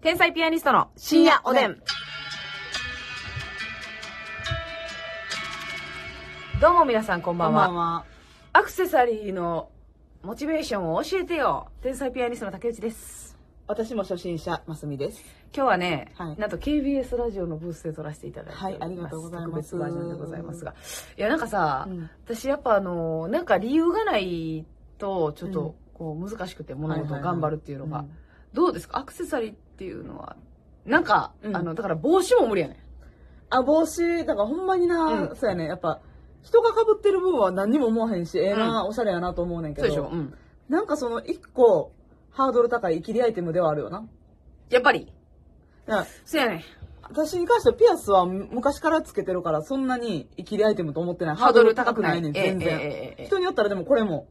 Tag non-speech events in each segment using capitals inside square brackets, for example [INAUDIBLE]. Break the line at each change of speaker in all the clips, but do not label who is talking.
天才ピアニストの深夜おでん。どうも皆さんこんばんは。
は。
アクセサリーのモチベーションを教えてよ。天才ピアニストの竹内です。
私も初心者、ますみです。
今日はね、
はい
なんと KBS ラジオのブースで撮らせていただいております
はいありがとうございます
特別バージョンでございますが。いや、なんかさ、
うん
私やっぱあの、なんか理由がないと、ちょっと、こう難しくて物事を頑張るっていうのが、どうですかアクセサリーっていうのはなんか、
うん
あのだから帽子も無理やね
あ、帽子、だからほんまにな、
うん
そうやね、やっぱ、人が被ってる分は何にも思わへんし、ええな、おしゃれやなと思うねん
ん
け
そう
ど。
でしょ、うん、
なんかその一個、ハードル高い切りアイテムではあるよな。
やっぱり
だから
そうやね
私に関してはピアスは昔からつけてるから、そんなに切りアイテムと思ってない。
ハードル高くない
ハードル
ええ
高ねん、全然。
ええええええ
人によったらでもこれも、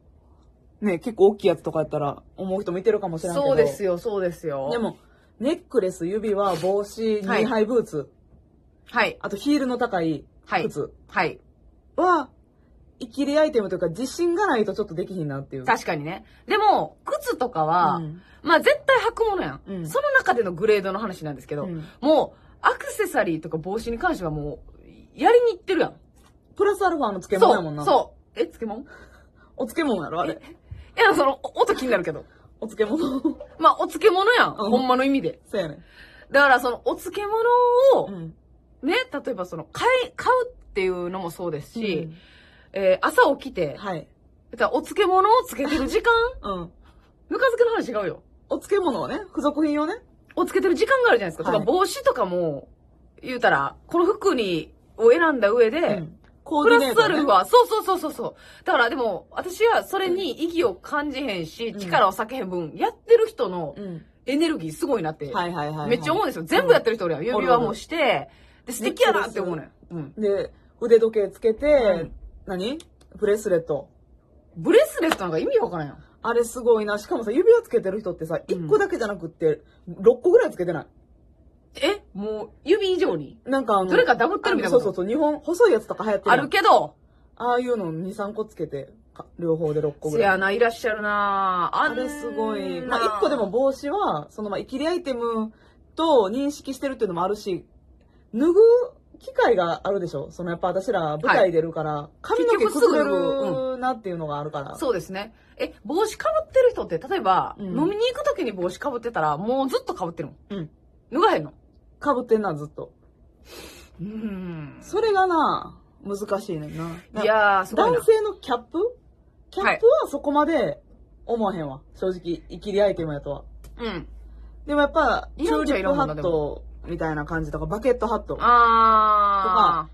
ね、結構大きいやつとかやったら、思う人もいてるかもしれないけど。
そうですよそうですよ
でも、ネックレス、指輪、帽子、
はい
2杯ブーツ、
はい
あとヒールの高い
はい
靴
はい
は、イキリアイテムというか自信がないとちょっとできひんなっていう。
確かにねでも靴とかは、
うん
まあ絶対履くものやん、
うん
その中でのグレードの話なんですけど、
うん
もうアクセサリーとか帽子に関してはもうやりに行ってるやん
プラスアルファの漬物やもんな。
そうそうえ漬物
お漬物やろあれ。
いやそのお音気になるけど
お漬物。 [LAUGHS]
まあお漬物やん、
うん
ほんまの意味で
そうやね。
だからそのお漬物を、
ん。
ね、例えばその、買い、買うっていうのもそうですし、
うん
えー朝起きて、
はい。
だからお漬物をつけてる時間
うん。
ぬか漬けの話違うよ。
お漬物をね、付属品をね。
お漬けてる時間があるじゃないですか。
はい
とか帽子とかも、言うたら、この服に、を選んだ上で、
うんコ
プ
ーディ
ラ
ネー
ス
ト、ね。
アルファ、そうそうそうそうそう。だからでも、私はそれに意義を感じへんし、
うん
力を避けへん分、やってる人の
うん。
エネルギーすごいなって、
はいはいはい、はい。
めっちゃ思うんですよ。全部やってる人俺は、指輪もして、で、素敵やなって思うのよ。うん。
で、腕時計つけて、
ん
何ブレスレット。
ブレスレットなんか意味わからんやん。
あれすごいな。しかもさ、指輪つけてる人ってさ、
うん
1個だけじゃなくって、6個ぐらいつけてない。
えもう指以上に
なんかあの、
どれかダブってるみたいな
あの
こと
そうそうそう、日本、細いやつとか流行ってる
あ
やん
るけど、
ああいうの2、3個つけて、か両方で6個ぐ
せ
ら
や
い。
な、いらっしゃるなあ
あ
ん
れすごい。
な
まあ、1個でも、帽子は、そのまあ、イキリアイテムと認識してるっていうのもあるし、脱ぐ機会があるでしょそのやっぱ私ら舞台出るから、髪の毛
結局すぐ
崩
脱
れ
ぐ
るなっていうのがあるから。
そうですね。え、帽子かぶってる人って、例えば、
うん
飲みに行くときに帽子かぶってたら、もうずっとかぶってるもん。
うん。
脱がへんの。
かぶってんな、ずっと。
うん。
それがな、難しいねんな。
いやー、すごいな
男。性のキャップキャップはそこまで思わへんわ。正直、イキリアイテムやとは。
うん。
でもやっぱ、チ
い
ュ
ら
ー
ん
リ
ちゃい
ッ
ら
プ
んも
ハ
んな
ットみたいな感じとか、バケットハット。あ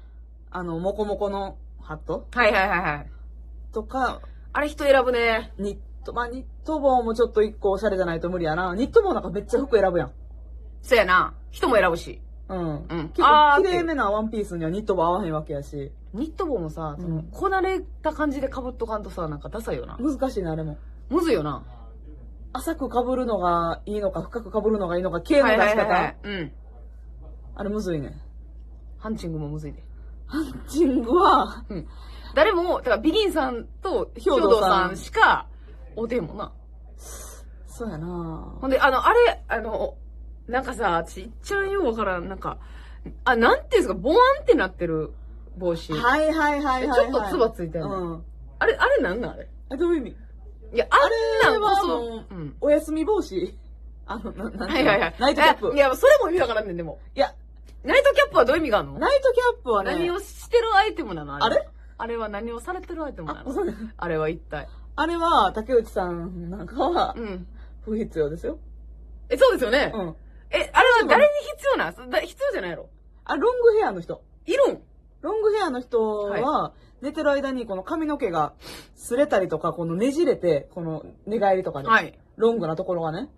あ
の、モコモコのハット
ー。はいはいはいはい。
とか、
あれ人選ぶね。
ニット、まあ、ニット帽もちょっと一個おしゃれじゃないと無理やな。ニット帽なんかめっちゃ服選ぶやん。
そやな。人も選ぶし。
うん。
うん
結
あ
構
ー
綺麗めなワンピースにはニット帽合わへんわけやし。
ニット帽もさ、その
うん
こなれた感じでかぶっとかんとさ、なんかダサいよな。
難しいな、あれも。
むずいよな。
浅く被るのがいいのか、深く被るのがいいのか、系の出し方、
い。うん。
あれむずいね。
ハンチングもむずいで。
ジングは、
誰も、だからビギンさんと兵道さんしか、おでんもんな。
そうやな
ほんで、あの、あれ、あの、なんかさ、ちっちゃいようわからん、なんか、あ、なんていうんですか、ボワンってなってる帽子。
はいはいはいはい、はい。
ちょっとつばついたよね
うん。
あれ、あれなんなんあれ。
あ、どういう意味
いや、あんなんこ
あれはも
そ、
う
うん。
お休み帽子 [LAUGHS] あの、な、なんて
は
う
い
の
はいはい。
ナイトキャッ
い
プ。いや、
や、いやそれも意味わからんねん、でも。ナイトキャップはどういう意味があるの
ナイトキャップはね、
何をしてるアイテムなのあれ
あれ
あれは何をされてるアイテムな
あ、
の
そうね。
あれは一体。
あれは、竹内さんなんかは
う、ん。
不必要ですよ。
え、そうですよね。
うん。
え、あれは誰に必要なんだ必要じゃないやろ。
あ、ロングヘアの人。
いるん
ロングヘアの人は、寝てる間にこの髪の毛が擦れたりとか、このねじれて、この寝返りとかで、
はい。
ロングなところがね。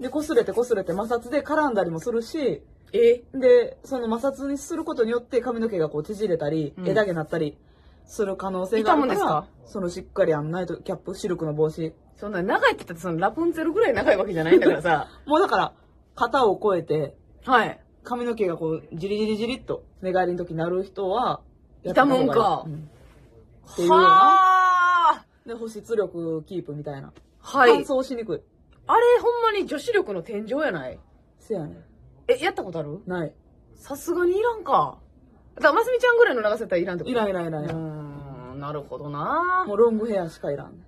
で、擦れて擦れて摩擦で絡んだりもするし、
え
で、その摩擦にすることによって髪の毛がこう縮れたり、
うん
枝毛になったりする可能性があるから、
痛むん
そのしっかりあのナイトキャップ、シルクの帽子。
そんな長いって言ったってそのラプンツェルぐらい長いわけじゃないんだからさ。
もうだから、肩を越えて、
[LAUGHS] はい。
髪の毛がこう、じりじりじりっと、寝返りの時になる人は、やった
痛
方が
む
いい
んか
う。っていうような。
はあ。
で、保湿力キープみたいな。
はい。
乾燥しにくい。
あれほんまに女子力の天井やない
せやねん
え、やったことある
ない。
さすがにいらんか。だから、ますみちゃんぐらいの長さやったらいらんってこと
い
い
らんい
ん。
らんいらんいうらん。
ーん、なるほどな
もうロングヘアしかいらんね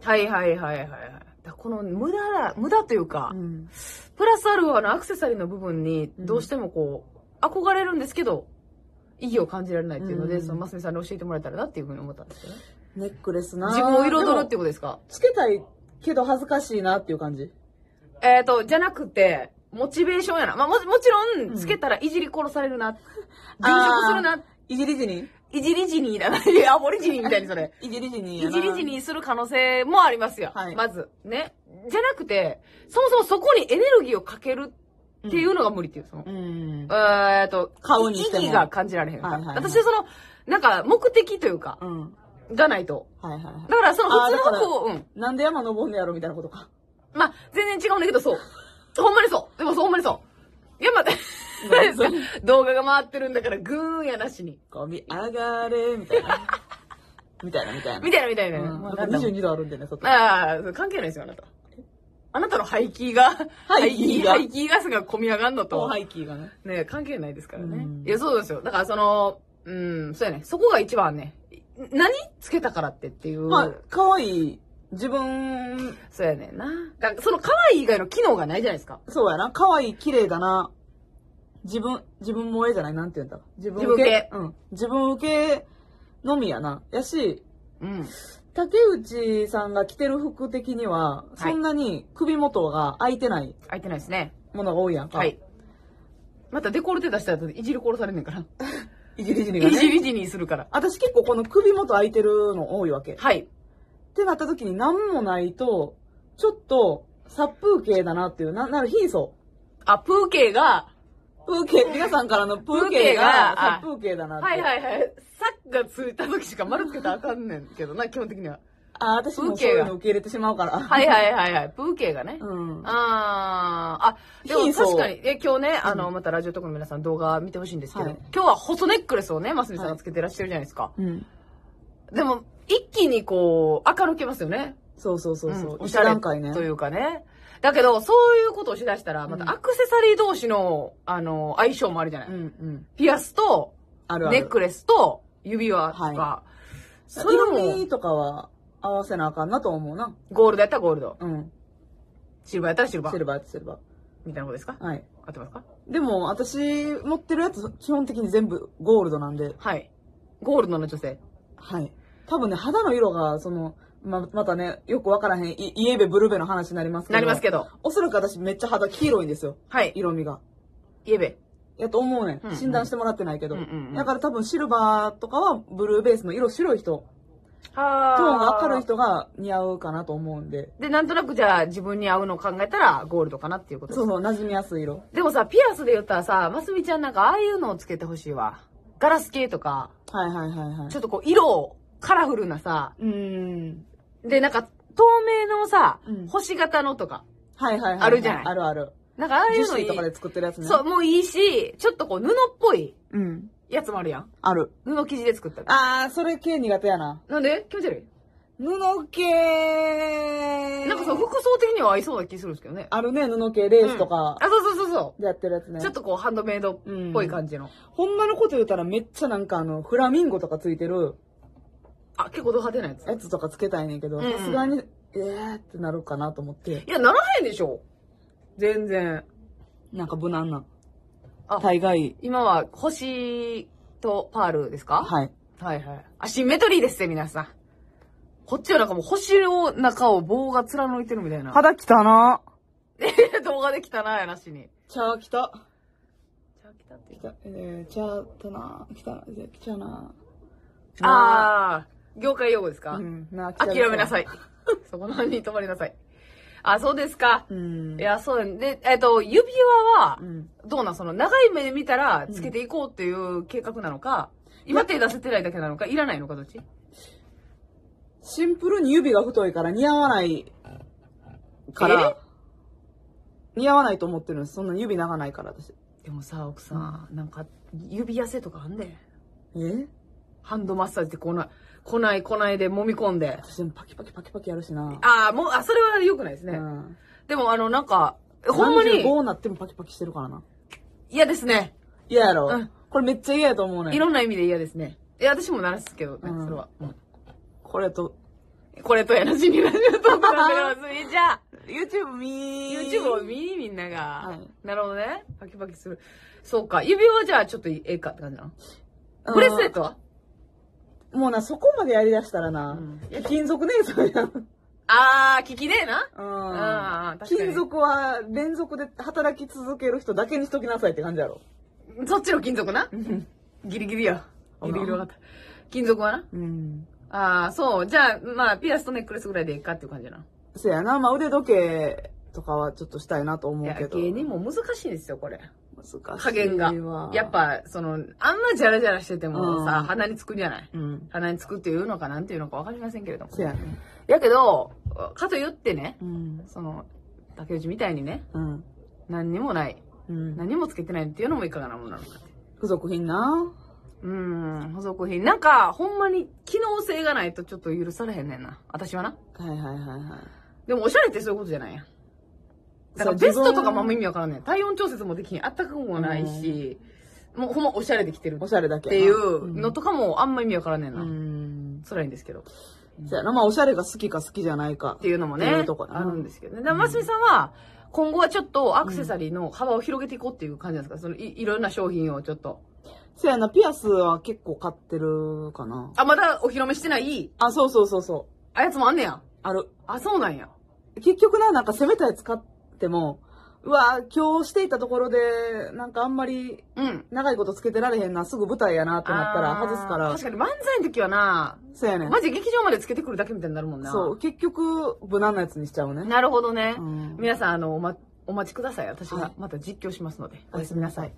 はいはいはいはいはい。だからこの無駄だ、無駄というか、
ん。うん。
プラスアルファのアクセサリーの部分に、どうしてもこう、憧れるんですけど、意義を感じられないっていうので、
うん
その、ますみさんに教えてもらえたらなっていうふうに思ったんですけどね。
ネックレスな
自分を彩るって
でも
ことですか
つけたいけど恥ずかしいなっていう感じ。
えっ、と、じゃなくて、モチベーションやな。まあ、も、もちろ
うん
ん、つけたらいじり殺されるな。
あー
殉職するな。
いじりじに
いじりジニーだな。いや、アボリジニーみたいにそれ。
[LAUGHS] いじりじに
いじりジニーする可能性もありますよ。
はい
まず。ね。じゃなくて、そもそもそこにエネルギーをかけるっていうのが無理っていう、その。
うん。
えーっと、
顔にしても
意義が感じられへんから。
はいはいはい
私はその、なんか、目的というか、
うん。
がないと。
はいはいは
だから、その、
あー
普通
だ
の
から
こう、うん。
い。なんで山登んねやろみたいなことか。
まあ、全然違うんだけど、そう。ほんまにそう。でもそう、ほんまにそう。いや、まあ、何 [LAUGHS] ですか動画が回ってるんだから、ぐーんやなしに。
ゴミ上がれ、みたいな。みたいな、みたいな。
みたいな、みたいな。
うん
ま
な
あ
んか
なんだろう
22度あるんでね、そっち。
ああ、関係ないですよ、あなた。あなたの排気が、
[LAUGHS] 排気が
[LAUGHS] 排気ガスが込み上がんの
と
と、
ハイキーがね。
ね、関係ないですから
う
ね
ん。
いや、そうですよ。だから、その、うん、そうやね。そこが一番ね。何つけたからってっていう。
まあ、可愛い自分、
そうやねんな。だからその可愛い以外の機能がないじゃないですか。
そうやな。可愛い綺麗だな。自分、自分萌えじゃないなんて言うんだろう。自分受け。うん。自分受けのみやな。やし、
うん。
竹内さんが着てる服的には、そんなに首元が開いてない
開いてないですね。
ものが多いやんか。
はい。。またデコルテ出したらいじり殺されんねんから。
いじりじりが
いじ
ね。
りじにするから。
私結構この首元開いてるの多いわけ。っ
はい。
てなった時に何もないと、ちょっと殺風景だなっていう、な、なる貧相。
あ、プーケーが、
風景、皆さんからの風景が殺風景だなって。
はいはいはい。サッがついた時しか丸つけたらあかんねんけどな、基本的には。
あ、私もそういうの受け入れてしまうから。
はいはいはいはい。プーケーがね。
うん。
あーあ、でも
貧相
確かに、え今日ね、あの、またラジオとかの皆さん動画見てほしいんですけど、
はい
今日は細ネックレスをね、ますみさんがつけてらっしゃるじゃないですか。
うん。
でも、一気にこう、垢抜けますよね。
そうそうそうそう。
んお
一
しゃれ
段階ね。
というかね。だけど、そういうことをしだしたら、ま
うん
たアクセサリー同士の、あの、相性もあるじゃない。
うんうん。
ピアスと、
あるある。
ネックレスと、指輪とか、
は
それ
色
も、
味とかは合わせなあかんなと思うな。
ゴールドやったらゴールド、
うん。
シルバーやったらシルバ
シ
ー、
ルバーシルバ
みたいなことですか
ー。はい。
合ってますか
でも、私、持ってるやつ、基本的に全部ゴールドなんで、
はい。ゴールドの女性。
はい。多分ね、肌の色が、その、ま、またね、よくわからへん、いイエベブルベの話になりますけど。
なりますけど。
おそらく私めっちゃ肌黄色いんですよ。
はい。
色味が。
イエベ。
やと思うね。
うんうんん
診断してもらってないけど
うんうんうん。
だから多分シルバーとかはブルーベースの色白い人、
は
ト
あ。
ーンが明るい人が似合うかなと思うんで。
で、なんとなくじゃあ自分に合うのを考えたらゴールドかなっていうことです
そうそう、馴染みやすい色。
でもさ、ピアスで言ったらさ、ますみちゃんなんかああいうのをつけてほしいわ。ガラス系とか、
はいはいはいはい
ちょ。っとこう色をカラフルなさ、
うーん。
でなんか透明のさ、
うん
星型のとか、
はいはいはい。
あるじゃない
あるある。
なんかああい
樹
うのい
脂
い。
とかで作ってるやつね。
そう、。もういいし、ちょっとこう布っぽい
うん。
やつもあるやん。
ある。
布生地で作ったの。
あー、それ系苦手やな。
なんで気持ち悪
布系
いなんかさ、服装的には合いそうな気するんですけどね。
あるね、布系レースと
うん
か
あ、そうそうそうそ
でやってるやつね。
う。ちょっとこうハンドメイドっぽい感じの。
ほんまのこと言うたらめっちゃなんかあの、フラミンゴとかついてる
あ、結構ド派手なやつ。
やつとかつけたいねんけど、
うんうん
さすがに、えーってなるかなと思って、
いや、ならへんでしょ。全然。
なんか無難な。
あ
大概、
今は星とパールですか
はい。
はいはい。あ、シンメトリーですよ、皆さん。こっちはなんかもう星の中を棒が貫いてるみたいな。
肌きたな
[LAUGHS] 動画できたな、やなしに。
茶きた。
じゃあ来たって
きた。えー、茶たなきたなきたなあ
あー、業界用語ですか、
うん、な
諦めなさ [LAUGHS]
い。
い。そこの辺に止まりなさい。あ、そうですか。
うん。
いや、そうだね。で、えっ、と、指輪は
う、ん。
どうなんその、長い目で見たら、つけていこうっていう計画なのか、今手出せてないだけなのか、いらないのか、どっち
シンプルに指が太いから似合わないから、似合わないと思ってるんです。そんな指長ないから私。
でもさ、奥さん、なんか、指痩せとかあんで。
え
ハンドマッサージってこない、こない、こないで揉み込んで。
私でもパキパキパキパキやるしな。
ああ、もう、あ、それは良くないですね。
うん。
でも、あの、なんか、ほんまに、
35になってもパキパキしてるからな。
嫌ですね。
嫌やろ、
うん
これめっちゃ嫌やと思うね
い
ん。
ろんな意味で嫌ですね。いや、私も鳴らすけどね、
うん
それは。うん
これと、
これとやらしにラジオトークなんだけど、それじゃあ、
YouTube 見
YouTube を見にみんなが、
はい
なるほどね。パキパキする。そうか。指輪はじゃあちょっとええかって感じなの
うん
ブレスレットは
もうな、そこまでやりだしたらな、
うん
いや金属ねえ、そりゃ。
あー、聞きねえな。
う
[LAUGHS] あー
ん
確かに
金属は連続で働き続ける人だけにしときなさいって感じやろ。
そっちの金属な。ギリギリや。
あ
ギリギリ分かった。金属はな。
うん。
あー、そう。じゃあ、まあ、ピアスとネックレスぐらいでええかっていう感じやな。
せやな、まあ腕時計とかはちょっとしたいなと思
いうや、
けど。
芸人も難しいですよ、これ。
難しいわ
加減が。やっ。ぱ、その、あんまジャラジャラしてても
う
さ、
ん
鼻につくじゃない
うん。
鼻につくっていうのかなんていうのかわかりませんけれども。
せやね。
やけど、かと言ってね、
うん。
その、竹内みたいにね、
うん。
何にもない。
うん。
何もつけてないっていうのもいかがなものなのかって。
付属品な。
うーん、付属品。なんか、ほんまに機能性がないとちょっと許されへんねんな。私はな。
はいはいはいはい。
でも、おしゃれってそういうことじゃないやん。だか
そう
ら、ベストと
自
か
分
もあんま意味わからんねん。体温調節もできひん。あったかくもないし、もうほんまおしゃれできてる
お
っ
しゃれだけや
て
な。
いうのとかもあんま意味わからんねん
う
な。
ん。
辛いんですけど。っ
うんせやな、まあおしゃれが好きか好きじゃないか
て。いうのもね、
っていうとこやな
あるんですけどね。だから、ますみさんは、今後はちょっとアクセサリーの幅を広げていこうっていう感じなんですかそのい、いろんな商品をちょっと。
せやな、ピアスは結構買ってるかな。
あ、まだお披露目してない、
あ、そうそうそうそ
あやつもあんねや。
う。ある。
あ、そうなんや。
結局な、なんか攻めたやつ買っても、うわぁ、今日していたところで、なんかあんまり
うん。
長いことつけてられへんな、すぐ舞台やなってなったら
あー
外すから
確、かに漫才の時はな、
そうやねん。
マジ劇場までつけてくるだけみたいになるもんな。
そう、結局、無難なやつにしちゃうね。
なるほどね。
うん
皆さん、あの、おま、お待ちください。私
は
が
い
また実況しますので。
おやすみなさい。